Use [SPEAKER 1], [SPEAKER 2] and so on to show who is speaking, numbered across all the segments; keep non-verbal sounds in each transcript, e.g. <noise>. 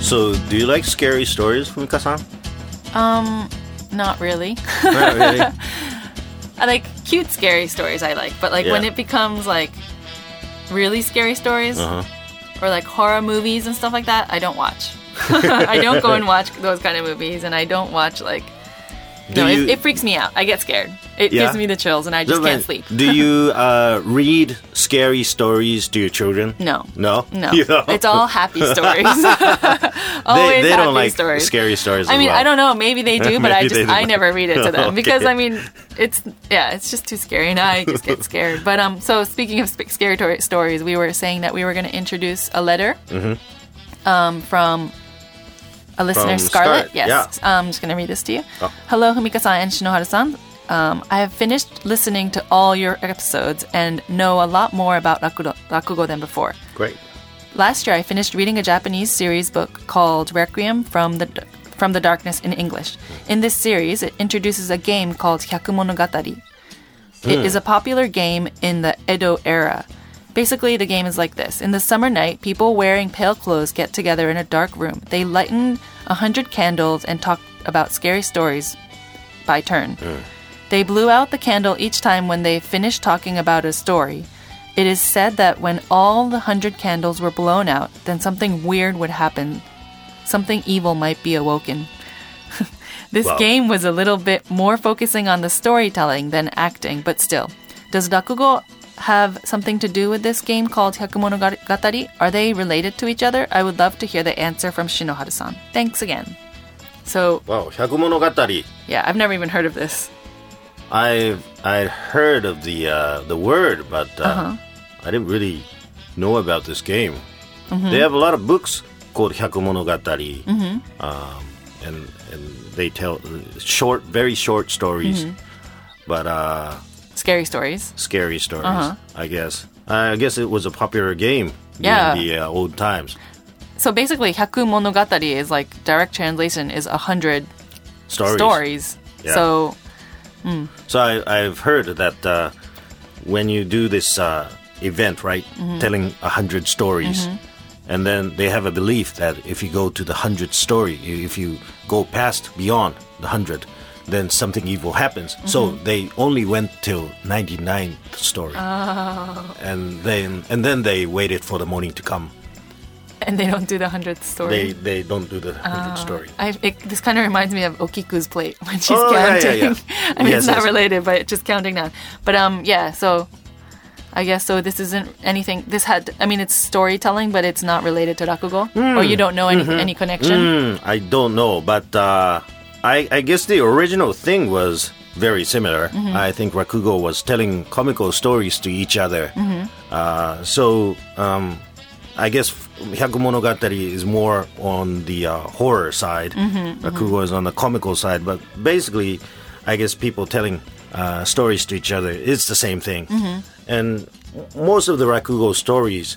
[SPEAKER 1] So, do you like scary stories,
[SPEAKER 2] <laughs>
[SPEAKER 1] Fumika-san?
[SPEAKER 2] Um, not really.
[SPEAKER 1] Not really.
[SPEAKER 2] I like cute scary stories. I like, but like when
[SPEAKER 1] Yeah.
[SPEAKER 2] it becomes like really scary stories
[SPEAKER 1] Uh-huh.
[SPEAKER 2] or like horror movies and stuff like that, I
[SPEAKER 1] <laughs>
[SPEAKER 2] don't watch. I don't go and watch those kind of movies, and I don't watch like.
[SPEAKER 1] Do
[SPEAKER 2] no,
[SPEAKER 1] you-
[SPEAKER 2] it, it freaks me out. I get scared. It
[SPEAKER 1] Yeah?
[SPEAKER 2] gives me the chills, and I just can't sleep.
[SPEAKER 1] <laughs> do you uh, read scary stories to your children?
[SPEAKER 2] No.
[SPEAKER 1] No? <laughs>
[SPEAKER 2] No,
[SPEAKER 1] You don't?
[SPEAKER 2] it's
[SPEAKER 1] <laughs>
[SPEAKER 2] all happy stories. Always <laughs>
[SPEAKER 1] They, they
[SPEAKER 2] happy
[SPEAKER 1] don't like
[SPEAKER 2] stories.
[SPEAKER 1] scary stories.
[SPEAKER 2] I
[SPEAKER 1] as
[SPEAKER 2] mean,
[SPEAKER 1] well.
[SPEAKER 2] I don't know. Maybe they
[SPEAKER 1] <laughs>
[SPEAKER 2] do, but I
[SPEAKER 1] Maybe
[SPEAKER 2] just
[SPEAKER 1] they do.
[SPEAKER 2] I never read it to them
[SPEAKER 1] <laughs> Okay.
[SPEAKER 2] because I mean, it's yeah, it's just too scary, and I just get scared. But um, so speaking of sp- scary tor- stories, we were saying that we were going to introduce a letter um, from a listener,
[SPEAKER 1] Mm-hmm. From
[SPEAKER 2] Scarlett.
[SPEAKER 1] Scarlett,
[SPEAKER 2] Yes, um, I'm just going to read this to you.
[SPEAKER 1] Oh.
[SPEAKER 2] Hello, Humika-san and Shinohara-san. Um, I have finished listening to all your episodes and know a lot more about rakudo- rakugo than before.
[SPEAKER 1] Great.
[SPEAKER 2] Last year, I finished reading a Japanese series book called Requiem from the from the Darkness in English. In this series, it introduces a game called Hyakumonogatari. It is a popular game in the Edo era. Basically, the game is like this. In the summer night, people wearing pale clothes get together in a dark room. They lighten a hundred candles and talk about scary stories by turn. They blew out the candle each time when they finished talking about a story. It is said that when all the hundred candles were blown out, then something weird would happen. Something evil might be awoken. <laughs> this
[SPEAKER 1] Wow.
[SPEAKER 2] game was a little bit more focusing on the storytelling than acting, but still. Does Rakugo have something to do with this game called Hyakumonogatari? Are they related to each other? I would love to hear the answer from Shinohara san. Thanks again. So,
[SPEAKER 1] Wow, Hyakumonogatari.
[SPEAKER 2] yeah, I've never even heard of this.
[SPEAKER 1] I've I'd heard of the uh, the word, but uh,
[SPEAKER 2] Uh-huh.
[SPEAKER 1] I didn't really know about this game.
[SPEAKER 2] Mm-hmm.
[SPEAKER 1] They have a lot of books called Hyakumonogatari, um, and and they tell uh, short, very short stories,
[SPEAKER 2] Mm-hmm.
[SPEAKER 1] but uh,
[SPEAKER 2] Scary stories.
[SPEAKER 1] scary stories. I guess I guess it was a popular game
[SPEAKER 2] Yeah.
[SPEAKER 1] in the uh, old times.
[SPEAKER 2] So basically, Hyaku Monogatari is like direct translation is a hundred
[SPEAKER 1] Stories.
[SPEAKER 2] stories.
[SPEAKER 1] Yeah.
[SPEAKER 2] So
[SPEAKER 1] So I, I've heard that uh, when you do this uh, event, right, telling a hundred stories, and then they have a belief that if you go to the hundred story, i- if you go past beyond the hundred, then something evil happens. So they only went till 99th story, and then and then they waited for the morning to come.
[SPEAKER 2] and they don't do the hundredth story.
[SPEAKER 1] They they don't do the hundred story.
[SPEAKER 2] I, it, this kind of reminds me of Okiku's plate <laughs> when she's
[SPEAKER 1] Oh, yeah, yeah,
[SPEAKER 2] counting. <laughs>
[SPEAKER 1] yeah.
[SPEAKER 2] I mean, it's
[SPEAKER 1] Yes,
[SPEAKER 2] not
[SPEAKER 1] yes.
[SPEAKER 2] related, but just counting down. But um, yeah. So I guess so. This isn't anything. This had. I mean, it's storytelling, but it's not related to Rakugo, or you don't know any
[SPEAKER 1] Mm-hmm.
[SPEAKER 2] any connection.
[SPEAKER 1] Hmm, I don't know, but uh, I, I guess the original thing was very similar. I think Rakugo was telling comical stories to each other. Uh, so um, I guess Hyakumonogatari is more on the uh, horror side.
[SPEAKER 2] Mm-hmm,
[SPEAKER 1] Rakugo is on the comical side, but basically, I guess people telling uh, stories to each other is the same thing.
[SPEAKER 2] Mm-hmm.
[SPEAKER 1] And most of the Rakugo stories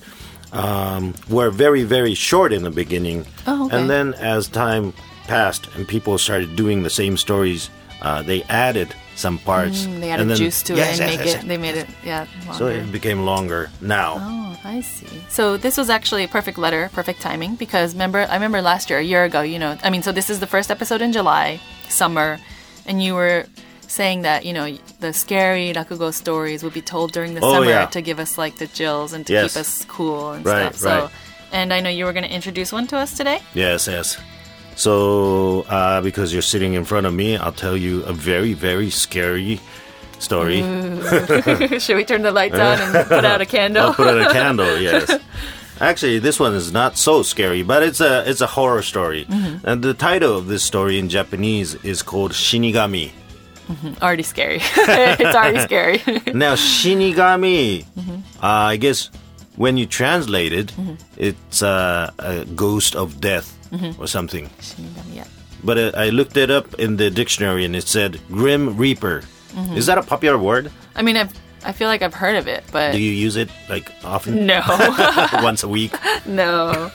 [SPEAKER 1] um, were very, very short in the beginning.
[SPEAKER 2] Oh, okay.
[SPEAKER 1] And then as time passed and people started doing the same stories, uh, they added some parts.
[SPEAKER 2] Mm, They
[SPEAKER 1] and
[SPEAKER 2] added
[SPEAKER 1] then-
[SPEAKER 2] juice to
[SPEAKER 1] Yes,
[SPEAKER 2] it and
[SPEAKER 1] yes,
[SPEAKER 2] make
[SPEAKER 1] yes,
[SPEAKER 2] it. They made it. Yeah.
[SPEAKER 1] So
[SPEAKER 2] longer.
[SPEAKER 1] it became longer now.
[SPEAKER 2] Oh, I see. So this was actually a perfect letter, perfect timing, because remember, I remember last year, a year ago, you know, I mean, so this is the first episode in July, summer, and you were saying that, you know, the scary Rakugo stories would be told during the
[SPEAKER 1] Oh,
[SPEAKER 2] summer
[SPEAKER 1] yeah.
[SPEAKER 2] to give us, like, the chills and to
[SPEAKER 1] Yes.
[SPEAKER 2] keep us cool and
[SPEAKER 1] Right,
[SPEAKER 2] stuff. So,
[SPEAKER 1] right.
[SPEAKER 2] and I know you were going to introduce one to us today.
[SPEAKER 1] Yes, yes. So uh, because you're sitting in front of me, I'll tell you a very, very scary story.
[SPEAKER 2] <laughs> Should we turn the lights on and
[SPEAKER 1] <laughs>
[SPEAKER 2] put out
[SPEAKER 1] I'll
[SPEAKER 2] a candle?
[SPEAKER 1] put out a candle. Yes. Actually, this one is not so scary, but it's a it's a horror story. And the title of this story in Japanese is called Shinigami. Oh.
[SPEAKER 2] already scary. <laughs> it's already scary.
[SPEAKER 1] Now, Shinigami, uh, I guess when you translate it, it's uh, a ghost of death or something.
[SPEAKER 2] yeah.
[SPEAKER 1] But uh, I looked it up in the dictionary and it said Grim Reaper.
[SPEAKER 2] Mm-hmm.
[SPEAKER 1] Is that a popular word?
[SPEAKER 2] I mean, I've, I feel like I've heard of it, but
[SPEAKER 1] Do you use it like often?
[SPEAKER 2] Uh, no.
[SPEAKER 1] <laughs> Once a week?
[SPEAKER 2] no.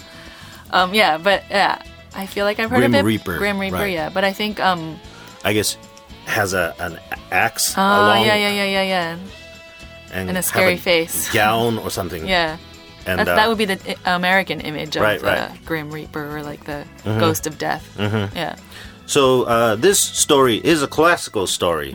[SPEAKER 2] Um, yeah, but yeah, I feel like I've heard
[SPEAKER 1] Grim
[SPEAKER 2] of it.
[SPEAKER 1] Reaper,
[SPEAKER 2] Grim Reaper,
[SPEAKER 1] right.
[SPEAKER 2] yeah. But I think, um,
[SPEAKER 1] I guess has a an axe
[SPEAKER 2] oh
[SPEAKER 1] along
[SPEAKER 2] yeah, yeah, yeah, yeah, yeah,
[SPEAKER 1] and
[SPEAKER 2] and a
[SPEAKER 1] have
[SPEAKER 2] scary face.
[SPEAKER 1] gown or something.
[SPEAKER 2] <laughs> yeah.
[SPEAKER 1] And
[SPEAKER 2] That,
[SPEAKER 1] uh,
[SPEAKER 2] that would be the uh, American image of
[SPEAKER 1] Right, right. Mm-hmm.
[SPEAKER 2] Uh, Grim Reaper or like the ghost of death. Yeah.
[SPEAKER 1] So uh, this story is a classical story,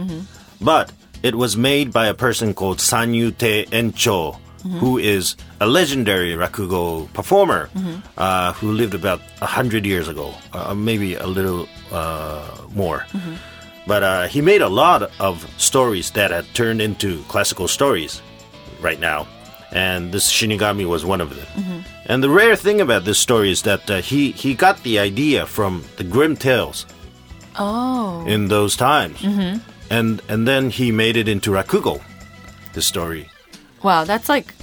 [SPEAKER 1] but it was made by a person called Sanyu Te Encho, who is a legendary rakugo performer uh, who lived about a hundred years ago, uh, maybe a little uh, more. But uh, he made a lot of stories that had turned into classical stories right now. And this Shinigami was one of them. And the rare thing about this story is that uh, he, he got the idea from the Grim Tales
[SPEAKER 2] Oh.
[SPEAKER 1] in those times. Mm-hmm. And and then he made it into Rakugo, the story.
[SPEAKER 2] Wow, that's like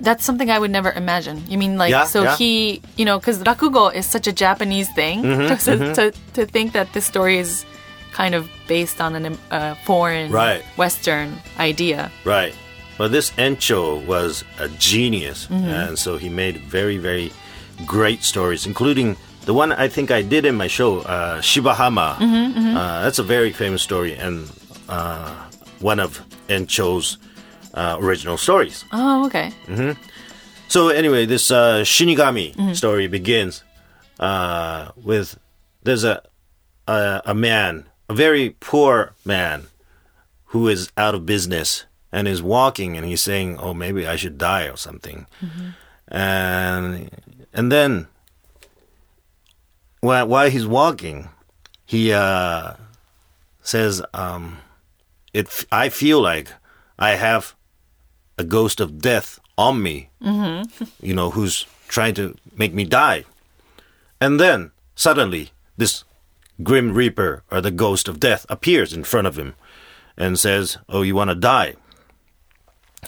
[SPEAKER 2] that's something I would never imagine. You mean like
[SPEAKER 1] Yeah,
[SPEAKER 2] so
[SPEAKER 1] yeah.
[SPEAKER 2] he, you know, because rakugo is such a Japanese thing.
[SPEAKER 1] Mm-hmm,
[SPEAKER 2] <laughs> so To, to think that this story is kind of based on an uh, foreign
[SPEAKER 1] Right.
[SPEAKER 2] Western idea.
[SPEAKER 1] Right. But this Encho was a genius. And so he made very, very great stories, including the one I think I did in my show, uh, Shibahama. Uh, that's a very famous story and uh, one of Encho's uh, original stories.
[SPEAKER 2] Oh, okay.
[SPEAKER 1] So anyway, this uh, Shinigami story begins uh, with there's a, a a man, a very poor man, who is out of business and is walking, and he's saying, "Oh, maybe I should die or something," and and then while while he's walking, he uh, says, um, "It f- I feel like I have." a ghost of death on me, you know, who's trying to make me die. And then suddenly, this grim reaper or the ghost of death appears in front of him and says, Oh, you want to die?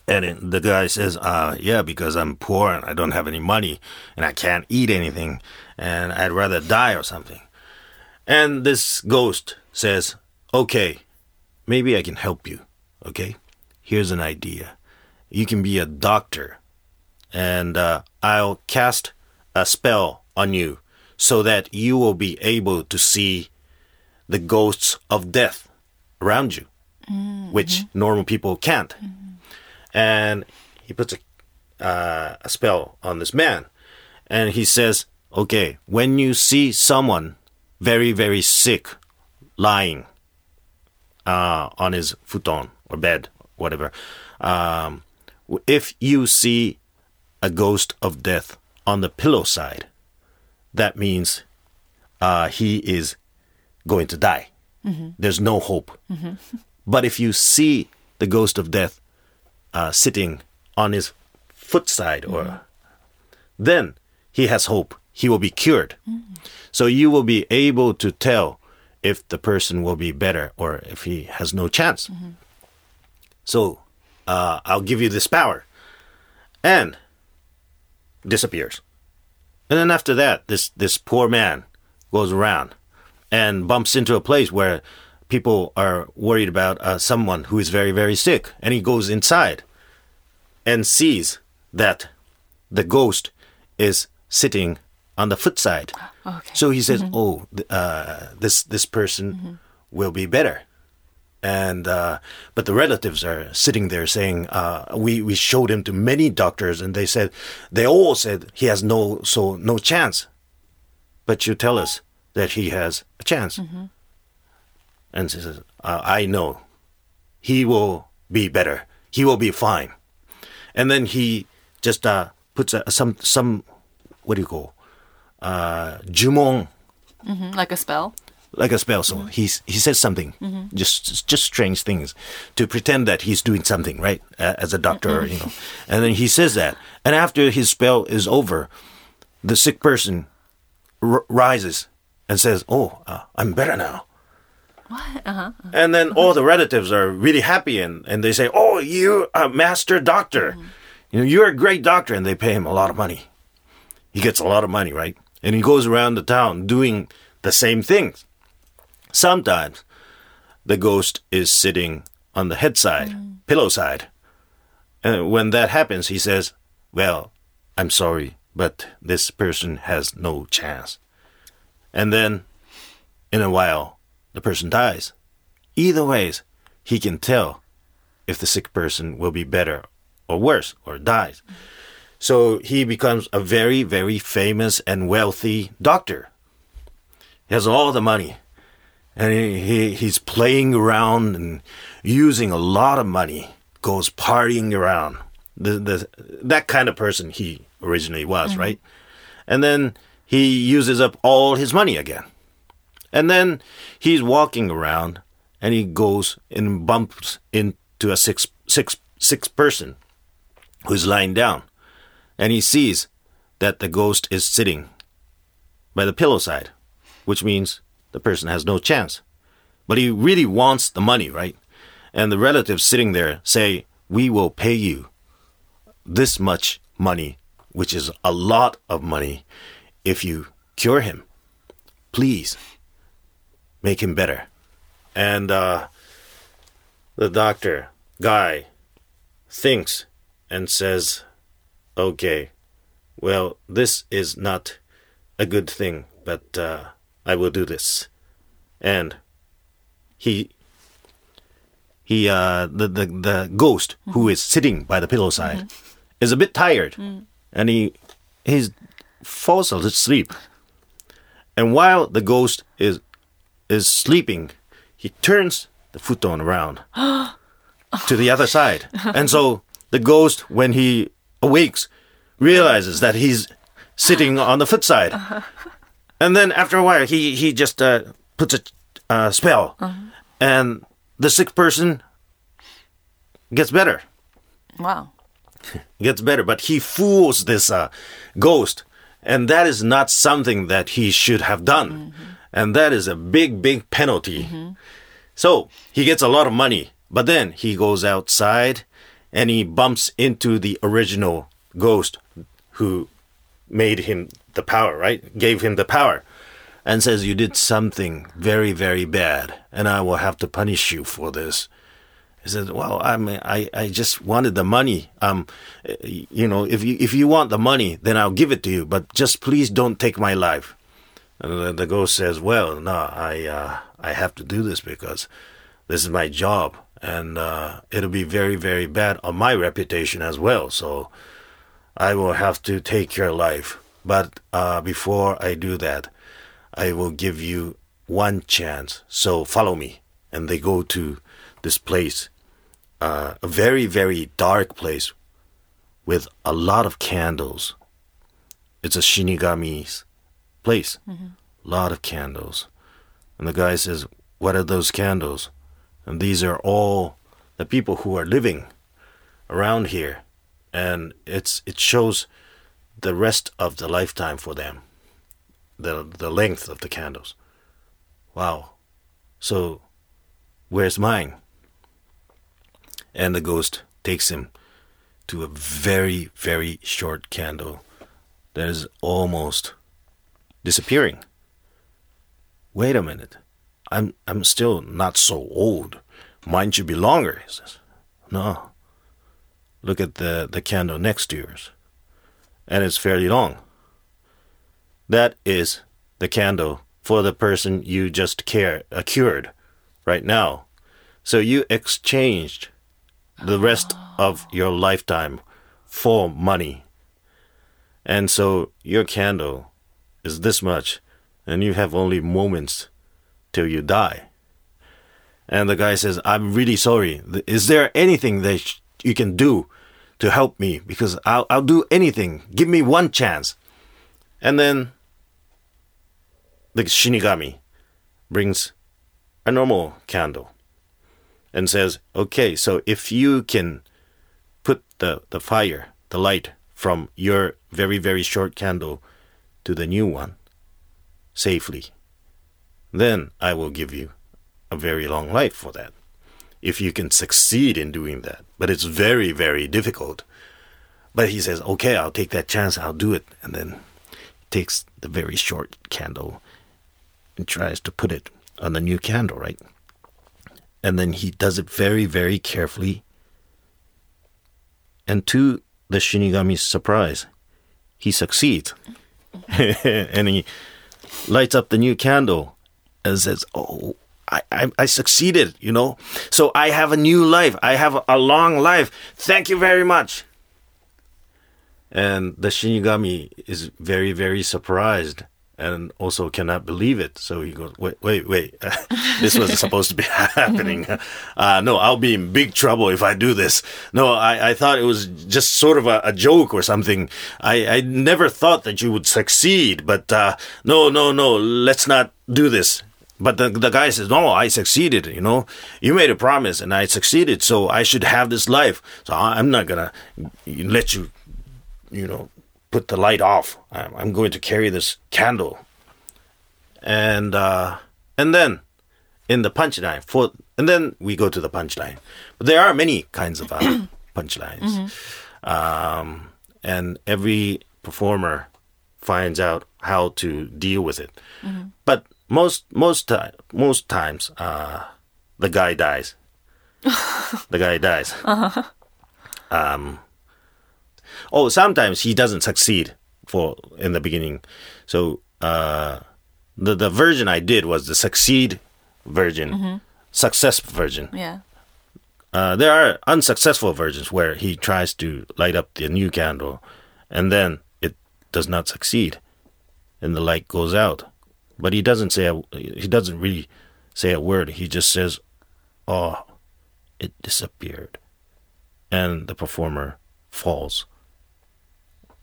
[SPEAKER 1] And it, the guy says, uh, Yeah, because I'm poor and I don't have any money and I can't eat anything and I'd rather die or something. And this ghost says, Okay, maybe I can help you. Okay? Here's an idea. You can be a doctor, and uh, I'll cast a spell on you so that you will be able to see the ghosts of death around you, which normal people can't. And he puts a, uh, a spell on this man, and he says, Okay, when you see someone very, very sick lying, uh, on his futon or bed, whatever. Um, w- if you see a ghost of death on the pillow side, that means uh, he is going to die. There's no hope. <laughs> But if you see the ghost of death uh, sitting on his foot side, or then he has hope. He will be cured. So you will be able to tell if the person will be better or if he has no chance. So uh, I'll give you this power. And disappears. And then after that, this, this poor man goes around and bumps into a place where people are worried about uh, someone who is very, very sick. And he goes inside and sees that the ghost is sitting on the foot side.
[SPEAKER 2] Okay.
[SPEAKER 1] So he says, "Oh, th- uh, this this person will be better," and uh, but the relatives are sitting there saying, uh, "We we showed him to many doctors, and they said they all said he has no so no chance, but you tell us that he has a chance." And she says, uh, "I know, he will be better. He will be fine." and then he just uh, puts a, some some what do you call uh, jumon
[SPEAKER 2] Mhm, Like a spell.
[SPEAKER 1] like a spell.
[SPEAKER 2] Mm-hmm.
[SPEAKER 1] So he's he says something, just just strange things, to pretend that he's doing something right uh, as a doctor, you know. And then he says that, and after his spell is over, the sick person r- rises and says, "Oh, uh, I'm better now."
[SPEAKER 2] What? Uh-huh.
[SPEAKER 1] And then all the relatives are really happy and, and they say, Oh, you a master doctor.
[SPEAKER 2] Mm-hmm.
[SPEAKER 1] You know, you're a great doctor. And they pay him a lot of money. He gets a lot of money, right? And he goes around the town doing the same things. Sometimes the ghost is sitting on the head side, pillow side. And when that happens, he says, Well, I'm sorry, but this person has no chance. And then in a while, the person dies. Either ways, he can tell if the sick person will be better or worse or dies. So he becomes a very, very famous and wealthy doctor. He has all the money. And he, he, he's playing around and using a lot of money, goes partying around. The, the, that kind of person he originally was, right? And then he uses up all his money again. And then he's walking around and he goes and bumps into a six, six, six person who's lying down. And he sees that the ghost is sitting by the pillow side, which means the person has no chance. But he really wants the money, right? And the relatives sitting there say, We will pay you this much money, which is a lot of money, if you cure him. Please make him better. And uh, the doctor, guy, thinks and says, Okay, well, this is not a good thing, but uh, I will do this. And he he uh the the, the ghost who is sitting by the pillow side is a bit tired and he he falls asleep and while the ghost is is sleeping he turns the futon around to the other side and so the ghost when he awakes realizes that he's sitting on the foot side and then after a while, he he just uh, puts a uh, spell, and the sick person gets better,
[SPEAKER 2] Wow.
[SPEAKER 1] gets better. But he fools this uh, ghost, and that is not something that he should have done, and that is a big big penalty. So he gets a lot of money, but then he goes outside, and he bumps into the original ghost, who made him the power, right? Gave him the power. And says, You did something very, very bad, and I will have to punish you for this. He says, Well, I mean, I, I just wanted the money. Um, eh, you know, if you, if you want the money, then I'll give it to you, but just please don't take my life. And the, the ghost says, Well, no, I, uh, I have to do this because this is my job, and uh, it'll be very, very bad on my reputation as well. So, I will have to take your life. But uh, before I do that, I will give you one chance. So follow me. And they go to this place, uh, a very, very dark place with a lot of candles. It's a Shinigami's place. A lot of candles. And the guy says, What are those candles? And these are all the people who are living around here and it's it shows the rest of the lifetime for them the the length of the candles wow so where's mine and the ghost takes him to a very very short candle that is almost disappearing wait a minute i'm i'm still not so old mine should be longer he says no look at the, the candle next to yours, and it's fairly long. That is the candle for the person you just care, uh, cured right now. So you exchanged the rest of your lifetime for money. And so your candle is this much, and you have only moments till you die. And the guy says, I'm really sorry. Th- Is there anything that sh- you can do to help me? Because I'll, I'll do anything. Give me one chance. And then the Shinigami brings a normal candle and says, Okay, so if you can put the, the fire, the light from your very, very short candle to the new one safely, then I will give you a very long life for that. If you can succeed in doing that. But it's very, very difficult. But he says, okay, I'll take that chance, I'll do it. And then he takes the very short candle and tries to put it on the new candle, right? And then he does it very, very carefully. And to the Shinigami's surprise, he succeeds. <laughs> and he lights up the new candle and says, "Oh, I, I I succeeded, you know. So I have a new life. I have a long life. Thank you very much." And the Shinigami is very, very surprised and also cannot believe it. So he goes, wait, wait, wait. <laughs> this was supposed to be <laughs> happening. <laughs> Uh, no, I'll be in big trouble if I do this. No, I, I thought it was just sort of a, a joke or something. I, I never thought that you would succeed, but uh, no, no, no, let's not do this. But the, the guy says, No, I succeeded, you know. You made a promise and I succeeded, so I should have this life. So I- I'm not going to let you, you know, put the light off. I'm, I'm going to carry this candle. And, uh, and then in the punchline, for, and then we go to the punchline. But there are many kinds of uh, <coughs> punchlines. Um, and every performer finds out how to deal with it. But most most ti most times, uh, the guy dies. the guy dies. Um, oh, sometimes he doesn't succeed for in the beginning. So uh, the the version I did was the succeed version, success version.
[SPEAKER 2] Yeah.
[SPEAKER 1] Uh, there are unsuccessful versions where he tries to light up the new candle and then it does not succeed and the light goes out. But he doesn't say, a, he doesn't really say a word. He just says, Oh, it disappeared. And the performer falls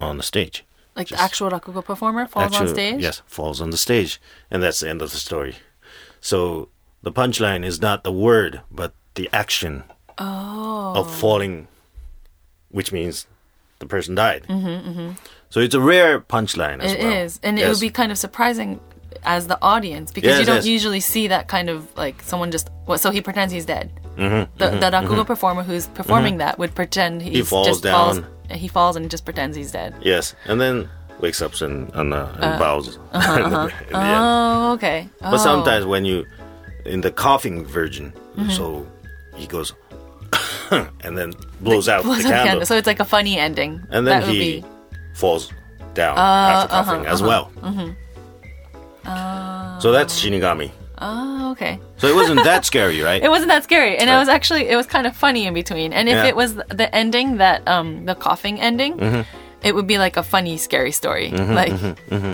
[SPEAKER 1] on the stage.
[SPEAKER 2] Like
[SPEAKER 1] Just-
[SPEAKER 2] the actual rakugo performer falls on
[SPEAKER 1] Actually,
[SPEAKER 2] stage.
[SPEAKER 1] Yes, falls on the stage. And that's the end of the story. So the punchline is not the word, but the action
[SPEAKER 2] Oh.
[SPEAKER 1] of falling, which means the person died. Mm-hmm, So it's a rare punchline as
[SPEAKER 2] It is,
[SPEAKER 1] well.
[SPEAKER 2] and it
[SPEAKER 1] Yes.
[SPEAKER 2] would be kind of surprising as the audience because
[SPEAKER 1] Yes,
[SPEAKER 2] you don't
[SPEAKER 1] yes.
[SPEAKER 2] usually see that kind of like someone just. Well, so he pretends he's dead. Mm-hmm, the, the rakugo performer who's performing that would pretend he's
[SPEAKER 1] Mm-hmm. falls
[SPEAKER 2] just falls.
[SPEAKER 1] down.
[SPEAKER 2] He falls and just pretends he's dead.
[SPEAKER 1] Yes, and then wakes up and, and, uh, and
[SPEAKER 2] <laughs>
[SPEAKER 1] bows in the- <laughs> in the end.
[SPEAKER 2] Oh, okay.
[SPEAKER 1] But
[SPEAKER 2] uh-huh, Oh.
[SPEAKER 1] sometimes when you in the coughing version,
[SPEAKER 2] Mm-hmm.
[SPEAKER 1] so he goes <coughs> and then blows out
[SPEAKER 2] <laughs>
[SPEAKER 1] the
[SPEAKER 2] Blows up the
[SPEAKER 1] candle,
[SPEAKER 2] candle. Oh. So it's like a funny ending.
[SPEAKER 1] and then
[SPEAKER 2] that would
[SPEAKER 1] he
[SPEAKER 2] be, Uh, uh-huh,
[SPEAKER 1] falls down after coughing as well.
[SPEAKER 2] Mm-hmm.
[SPEAKER 1] so that's Shinigami.
[SPEAKER 2] oh, okay.
[SPEAKER 1] So it wasn't that scary, <laughs> right?
[SPEAKER 2] It wasn't that scary, and
[SPEAKER 1] Right.
[SPEAKER 2] it was actually it was kind of funny in between. And if
[SPEAKER 1] Yeah. Mm-hmm.
[SPEAKER 2] it was the ending that um the coughing ending, it would be like a funny scary story, like
[SPEAKER 1] mm-hmm.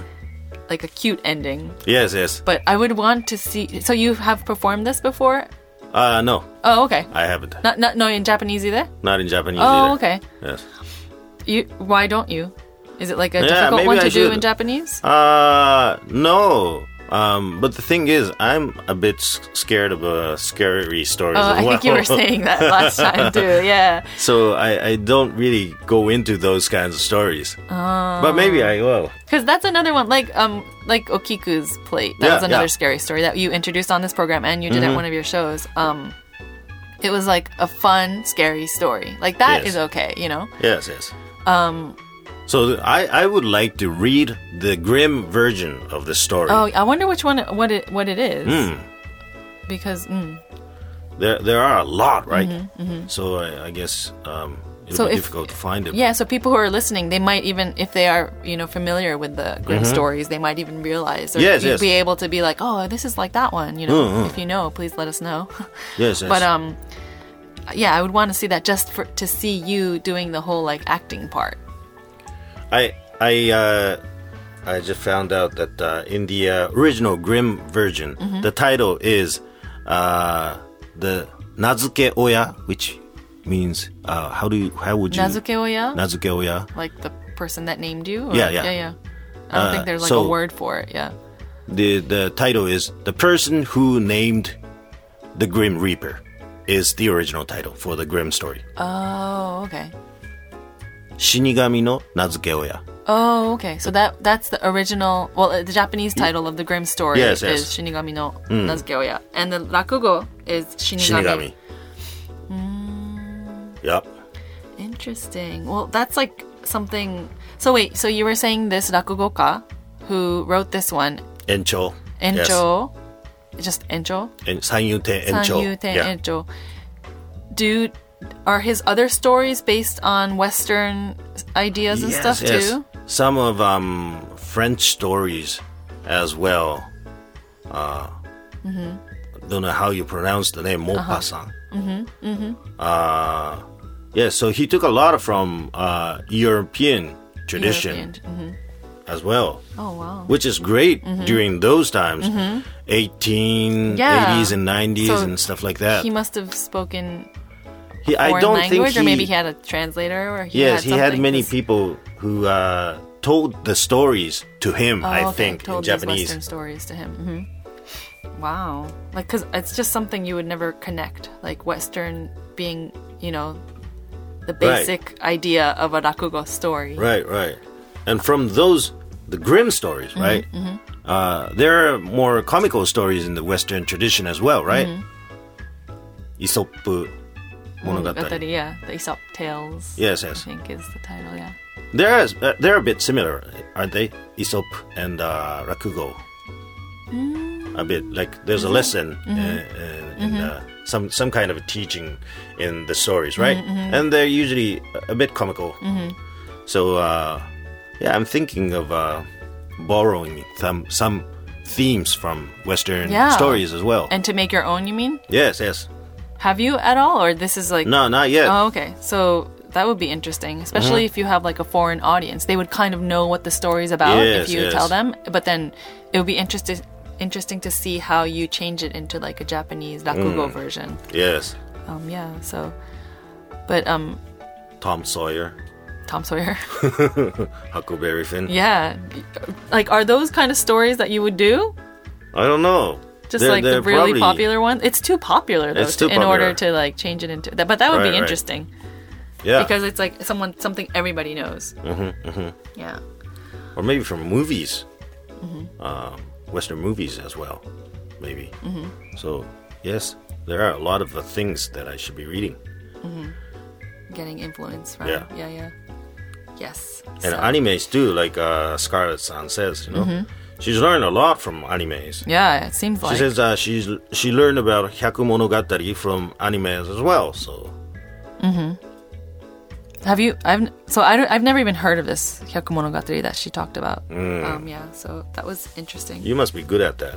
[SPEAKER 2] like a cute ending.
[SPEAKER 1] yes, yes.
[SPEAKER 2] But I would want to see. So you have performed this before?
[SPEAKER 1] Uh, no,
[SPEAKER 2] Oh, okay.
[SPEAKER 1] I haven't. Not,
[SPEAKER 2] Not not no in Japanese either.
[SPEAKER 1] in Japanese
[SPEAKER 2] Oh,
[SPEAKER 1] either.
[SPEAKER 2] okay.
[SPEAKER 1] Yes.
[SPEAKER 2] You why don't you? Is it like a
[SPEAKER 1] Yeah,
[SPEAKER 2] difficult
[SPEAKER 1] maybe
[SPEAKER 2] one
[SPEAKER 1] I
[SPEAKER 2] to do
[SPEAKER 1] should.
[SPEAKER 2] in Japanese?
[SPEAKER 1] Uh, no. Um, but the thing is, I'm a bit s- scared of uh, scary stories
[SPEAKER 2] Oh,
[SPEAKER 1] as <laughs>
[SPEAKER 2] I
[SPEAKER 1] well.
[SPEAKER 2] think you were saying that last time too. Yeah.
[SPEAKER 1] So I, I don't really go into those kinds of stories.
[SPEAKER 2] Oh.
[SPEAKER 1] But maybe I will.
[SPEAKER 2] Because that's another one, like um, like Okiku's plate. That
[SPEAKER 1] Yeah,
[SPEAKER 2] was another
[SPEAKER 1] yeah. Mm-hmm.
[SPEAKER 2] scary story that you introduced on this program, and you did at one of your shows. Um, it was like a fun, scary story. Like that
[SPEAKER 1] Yes.
[SPEAKER 2] is okay, you know.
[SPEAKER 1] Yes, yes. Um. So th- I, I would like to read the grim version of the story.
[SPEAKER 2] Oh, I wonder which one, what it, what it is,
[SPEAKER 1] Hmm.
[SPEAKER 2] because mm.
[SPEAKER 1] There there are a lot, right? So I, I guess um, it'll
[SPEAKER 2] Mm-hmm, So
[SPEAKER 1] be
[SPEAKER 2] if-
[SPEAKER 1] difficult to find it.
[SPEAKER 2] yeah. So people who are listening, they might even, if they are, you know, familiar with the grim stories, they might even realize or
[SPEAKER 1] Mm-hmm. Yes,
[SPEAKER 2] you'd
[SPEAKER 1] yes. Mm-hmm.
[SPEAKER 2] be able to be like, oh, this is like that one, you know. If you know, please let us know. <laughs>
[SPEAKER 1] Yes, yes.
[SPEAKER 2] But um, yeah, I would want to see that just for to see you doing the whole like acting part.
[SPEAKER 1] I I uh, I just found out that uh, in the uh, original Grimm version,
[SPEAKER 2] Mm-hmm.
[SPEAKER 1] the title is uh, the Nazuke Oya, which means uh, how do you, how would you
[SPEAKER 2] Nazuke oya,
[SPEAKER 1] Nazuke Oya?
[SPEAKER 2] like the person that named you. Or,
[SPEAKER 1] Yeah, yeah. Uh,
[SPEAKER 2] yeah, I don't think there's like
[SPEAKER 1] so-
[SPEAKER 2] a word for it. Yeah.
[SPEAKER 1] The the title is the person who named the Grim Reaper is the original title for the Grimm story.
[SPEAKER 2] Oh, okay.
[SPEAKER 1] Shinigami no Nazuke Oya.
[SPEAKER 2] Oh, okay. So that that's the original. Well, uh, the Japanese title of the Grimm story
[SPEAKER 1] Mm. Yes, yes. Mm.
[SPEAKER 2] is Shinigami no Nazuke oya, and the rakugo is Shinigami.
[SPEAKER 1] Shinigami. Yep.
[SPEAKER 2] Interesting. Well, that's like something. So wait. So you were saying this rakugoka, who wrote this one,
[SPEAKER 1] Encho. Yes.
[SPEAKER 2] Encho, just Encho.
[SPEAKER 1] En- Sanyute Encho.
[SPEAKER 2] Sanyuten
[SPEAKER 1] Yeah.
[SPEAKER 2] Encho. Do are his other stories based on Western ideas and stuff too?
[SPEAKER 1] Some of um French stories as well. Uh,
[SPEAKER 2] Mm-hmm.
[SPEAKER 1] Don't know how you pronounce the
[SPEAKER 2] Uh-huh.
[SPEAKER 1] name Maupassant. Mm-hmm. Mm-hmm. Uh, yeah, so he took a lot from uh, European tradition
[SPEAKER 2] European- mhm.
[SPEAKER 1] as well,
[SPEAKER 2] Oh Mm-hmm. wow.
[SPEAKER 1] which is great during those times, 1880s
[SPEAKER 2] Yeah.
[SPEAKER 1] and 90s
[SPEAKER 2] So
[SPEAKER 1] and stuff like that.
[SPEAKER 2] He must have spoken
[SPEAKER 1] He, I
[SPEAKER 2] foreign
[SPEAKER 1] don't
[SPEAKER 2] language,
[SPEAKER 1] think he,
[SPEAKER 2] or maybe he had a translator, or he
[SPEAKER 1] yes,
[SPEAKER 2] had
[SPEAKER 1] he had
[SPEAKER 2] something.
[SPEAKER 1] many
[SPEAKER 2] This-
[SPEAKER 1] people who uh, told the stories to him.
[SPEAKER 2] Oh,
[SPEAKER 1] I
[SPEAKER 2] okay.
[SPEAKER 1] think in
[SPEAKER 2] told these
[SPEAKER 1] Japanese.
[SPEAKER 2] Western stories to him. hmm Wow, like because it's just something you would never connect, like Western being, you know, the basic idea of a rakugo story.
[SPEAKER 1] Right, right. And from those, the grim stories,
[SPEAKER 2] Mm-hmm,
[SPEAKER 1] right? Uh, there are more comical stories in the Western tradition as well, right?
[SPEAKER 2] Mm-hmm.
[SPEAKER 1] Aesop
[SPEAKER 2] Mm,
[SPEAKER 1] Monogatari.
[SPEAKER 2] Monogatari, yeah, the Aesop tales.
[SPEAKER 1] Yes,
[SPEAKER 2] I
[SPEAKER 1] yes.
[SPEAKER 2] think is the title. Yeah.
[SPEAKER 1] They're, as- uh, they're a bit similar, aren't they? Aesop and uh, Rakugo.
[SPEAKER 2] Mm.
[SPEAKER 1] A bit like there's
[SPEAKER 2] Mm-hmm.
[SPEAKER 1] a lesson uh, uh, in uh, some some kind of a teaching in the stories, right?
[SPEAKER 2] Mm-hmm,
[SPEAKER 1] And they're usually a- a bit comical. So uh, yeah, I'm thinking of uh, borrowing some some themes from Western
[SPEAKER 2] Yeah.
[SPEAKER 1] stories as well.
[SPEAKER 2] And to make your own, you mean?
[SPEAKER 1] yes, yes.
[SPEAKER 2] Have you at all, or this is like?
[SPEAKER 1] No, not yet.
[SPEAKER 2] Oh, okay. So that would be interesting, especially
[SPEAKER 1] Uh-huh.
[SPEAKER 2] if you have like a foreign audience. They would kind of know what the story's about
[SPEAKER 1] Yes,
[SPEAKER 2] if you
[SPEAKER 1] yes.
[SPEAKER 2] tell them, but then it would be interesting interesting to see how you change it into like a Japanese
[SPEAKER 1] Mm.
[SPEAKER 2] rakugo version.
[SPEAKER 1] Yes,
[SPEAKER 2] Um, yeah. So, but um,
[SPEAKER 1] Tom Sawyer,
[SPEAKER 2] Tom Sawyer. <laughs>
[SPEAKER 1] Huckleberry Finn.
[SPEAKER 2] yeah. Like, are those kind of stories that you would do?
[SPEAKER 1] I don't know.
[SPEAKER 2] Just
[SPEAKER 1] They're-
[SPEAKER 2] like
[SPEAKER 1] they're
[SPEAKER 2] the really
[SPEAKER 1] probably-
[SPEAKER 2] popular one. It's too popular though
[SPEAKER 1] It's
[SPEAKER 2] to-
[SPEAKER 1] too
[SPEAKER 2] in order
[SPEAKER 1] popular.
[SPEAKER 2] to like change it into that. But that would
[SPEAKER 1] Right,
[SPEAKER 2] be
[SPEAKER 1] right.
[SPEAKER 2] interesting.
[SPEAKER 1] Yeah.
[SPEAKER 2] because it's like someone something everybody knows. Mm-hmm, Yeah.
[SPEAKER 1] or maybe from movies,
[SPEAKER 2] Mm-hmm.
[SPEAKER 1] um, Western movies as well, maybe.
[SPEAKER 2] Mm-hmm.
[SPEAKER 1] So yes, there are a lot of uh, things that I should be reading,
[SPEAKER 2] Getting influence from.
[SPEAKER 1] Yeah.
[SPEAKER 2] Yeah, yeah. Yes.
[SPEAKER 1] and
[SPEAKER 2] so-
[SPEAKER 1] animes too. Like uh, Scarlett San says, you know,
[SPEAKER 2] Mm-hmm.
[SPEAKER 1] she's learned a lot from animes.
[SPEAKER 2] yeah, it seems
[SPEAKER 1] She
[SPEAKER 2] like.
[SPEAKER 1] says uh, she's she learned about Hyakumonogatari from animes as well. So
[SPEAKER 2] have you? I've so I don't, I've never even heard of this Hyakumonogatari that she talked about.
[SPEAKER 1] Mm.
[SPEAKER 2] Um, yeah, so that was interesting.
[SPEAKER 1] you must be good at that.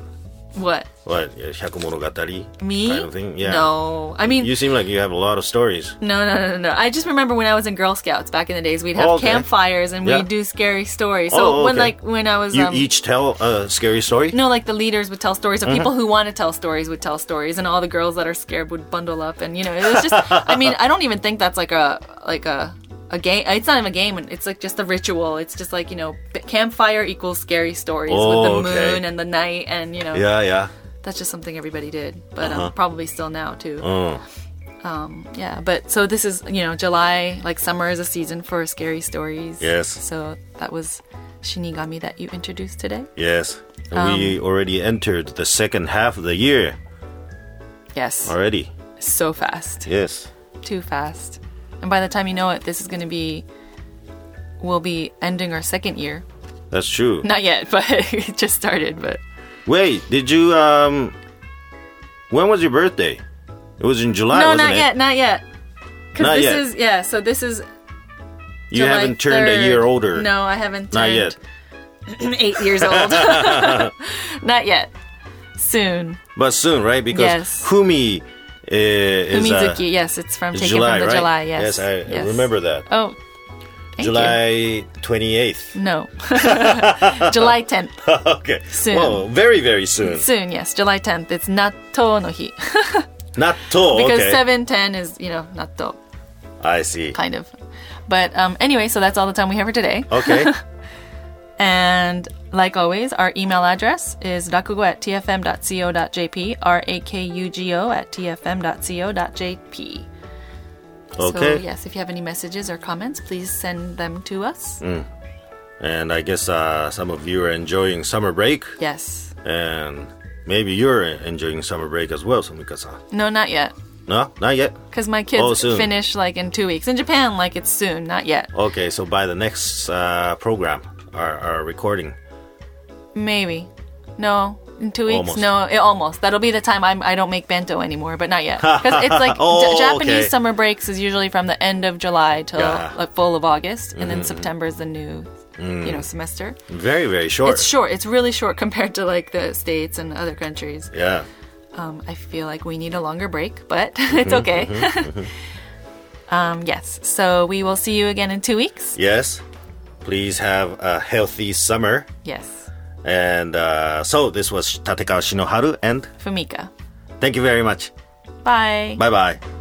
[SPEAKER 2] what
[SPEAKER 1] What yeah, Hyakumonogatari?
[SPEAKER 2] me?
[SPEAKER 1] Kind of thing. Yeah.
[SPEAKER 2] No, I mean.
[SPEAKER 1] You seem like you have a lot of stories.
[SPEAKER 2] no, no, no, no, no. I just remember when I was in Girl Scouts back in the days, we'd have
[SPEAKER 1] Oh, Okay.
[SPEAKER 2] campfires and
[SPEAKER 1] Yeah.
[SPEAKER 2] we'd do scary stories. So
[SPEAKER 1] Oh,
[SPEAKER 2] when
[SPEAKER 1] okay.
[SPEAKER 2] like when I was
[SPEAKER 1] You
[SPEAKER 2] um,
[SPEAKER 1] each tell a scary story.
[SPEAKER 2] No, like the leaders would tell stories, or
[SPEAKER 1] Uh-huh.
[SPEAKER 2] people who want to tell stories would tell stories, and all the girls that are scared would bundle up, and you know, it was
[SPEAKER 1] <laughs>
[SPEAKER 2] just. I mean, I don't even think that's like a like a a game. It's not even a game. It's like just a ritual. It's just like you know, b- campfire equals scary stories
[SPEAKER 1] Oh,
[SPEAKER 2] with the
[SPEAKER 1] okay.
[SPEAKER 2] moon and the night, and you know,
[SPEAKER 1] Yeah, Uh-huh. yeah.
[SPEAKER 2] that's just something everybody did, but um, probably still now too.
[SPEAKER 1] Oh.
[SPEAKER 2] Um, yeah, but so this is you know July, like summer is a season for scary stories.
[SPEAKER 1] Yes.
[SPEAKER 2] So that was Shinigami that you introduced today.
[SPEAKER 1] Yes. And we
[SPEAKER 2] Um,
[SPEAKER 1] already entered the second half of the year
[SPEAKER 2] Yes.
[SPEAKER 1] already.
[SPEAKER 2] So fast.
[SPEAKER 1] Yes.
[SPEAKER 2] too fast. And by the time you know it, this is going to be. We'll be ending our second year. <laughs>
[SPEAKER 1] That's true.
[SPEAKER 2] Not yet, but <laughs> it just started. But
[SPEAKER 1] Wait, did you um when was your birthday? It was in July,
[SPEAKER 2] no,
[SPEAKER 1] Ah, wasn't
[SPEAKER 2] not
[SPEAKER 1] it?
[SPEAKER 2] yet, not yet. Because
[SPEAKER 1] Not
[SPEAKER 2] this
[SPEAKER 1] yet.
[SPEAKER 2] is yeah. So this is.
[SPEAKER 1] You
[SPEAKER 2] July
[SPEAKER 1] haven't turned
[SPEAKER 2] 3rd.
[SPEAKER 1] a year older.
[SPEAKER 2] No, I haven't.
[SPEAKER 1] Not
[SPEAKER 2] Turned
[SPEAKER 1] yet.
[SPEAKER 2] <clears throat> Eight years
[SPEAKER 1] <laughs>
[SPEAKER 2] old. <laughs> not yet. Soon.
[SPEAKER 1] But soon, right? Because
[SPEAKER 2] Yes.
[SPEAKER 1] Humi uh, is uh,
[SPEAKER 2] Umizuki. yes, it's from
[SPEAKER 1] is
[SPEAKER 2] taken
[SPEAKER 1] July,
[SPEAKER 2] from the
[SPEAKER 1] right?
[SPEAKER 2] July.
[SPEAKER 1] Yes,
[SPEAKER 2] Yes.
[SPEAKER 1] I remember that.
[SPEAKER 2] Oh. Thank you.
[SPEAKER 1] July 28th.
[SPEAKER 2] No. <laughs> July 10th.
[SPEAKER 1] <laughs> okay.
[SPEAKER 2] Soon.
[SPEAKER 1] Whoa, very very soon.
[SPEAKER 2] Soon, yes. July 10th. It's Natto no
[SPEAKER 1] <laughs>
[SPEAKER 2] hi.
[SPEAKER 1] Not tall.
[SPEAKER 2] because
[SPEAKER 1] okay.
[SPEAKER 2] seven ten is you know not the
[SPEAKER 1] I see.
[SPEAKER 2] kind of but um, anyway so that's all the time we have for today
[SPEAKER 1] Okay.
[SPEAKER 2] and like always our email address is rakugo at tfm.co.jp r-a-k-u-g-o at tfm.co.jp
[SPEAKER 1] Okay.
[SPEAKER 2] <laughs> so yes if you have any messages or comments please send them to us
[SPEAKER 1] Mm. And I guess uh, some of you are enjoying summer break.
[SPEAKER 2] yes
[SPEAKER 1] And maybe you're enjoying summer break as well, Sumika-san.
[SPEAKER 2] no not yet
[SPEAKER 1] No, not yet.
[SPEAKER 2] because my kids
[SPEAKER 1] Oh, soon.
[SPEAKER 2] finish like in two weeks in japan like it's soon not yet
[SPEAKER 1] Okay, so by the next uh, program, our, our recording.
[SPEAKER 2] maybe no in two weeks
[SPEAKER 1] Almost.
[SPEAKER 2] no it, almost that'll be the time I'm, i don't make bento anymore but not
[SPEAKER 1] <laughs>
[SPEAKER 2] yet because it's like
[SPEAKER 1] Oh,
[SPEAKER 2] Ja- japanese
[SPEAKER 1] okay.
[SPEAKER 2] summer breaks is usually from the end of july till
[SPEAKER 1] Yeah. Mm-hmm. Mm.
[SPEAKER 2] like full of august and then september is the new you know semester
[SPEAKER 1] Very, very short.
[SPEAKER 2] it's short it's really short compared to like the states and other countries
[SPEAKER 1] yeah.
[SPEAKER 2] um, i feel like we need a longer break but <laughs>
[SPEAKER 1] Mm-hmm,
[SPEAKER 2] it's okay <laughs> um, yes so we will see you again in two weeks
[SPEAKER 1] Yes. Please have a healthy summer.
[SPEAKER 2] Yes.
[SPEAKER 1] And uh, so this was Tatekawa Shinoharu, and
[SPEAKER 2] Fumika.
[SPEAKER 1] thank you very much.
[SPEAKER 2] Bye.
[SPEAKER 1] Bye bye.